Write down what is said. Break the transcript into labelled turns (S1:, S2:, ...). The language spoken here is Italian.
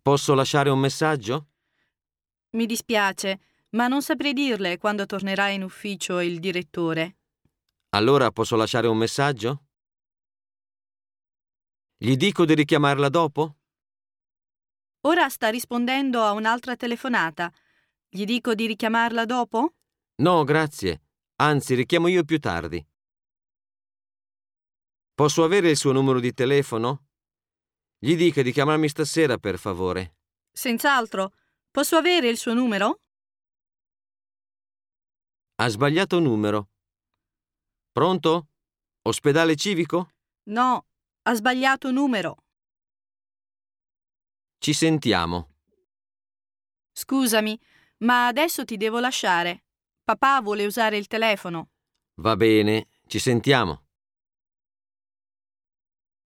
S1: Posso lasciare un messaggio?
S2: Mi dispiace, ma non saprei dirle quando tornerà in ufficio il direttore.
S1: Allora posso lasciare un messaggio? Gli dico di richiamarla dopo?
S2: Ora sta rispondendo a un'altra telefonata. Gli dico di richiamarla dopo?
S1: No, grazie. Anzi, richiamo io più tardi. Posso avere il suo numero di telefono? Gli dica di chiamarmi stasera, per favore.
S2: Senz'altro. Posso avere il suo numero?
S1: Ha sbagliato numero. Pronto? Ospedale civico?
S2: No, ha sbagliato numero.
S1: Ci sentiamo.
S2: Scusami, ma adesso ti devo lasciare. Papà vuole usare il telefono.
S1: Va bene, ci sentiamo.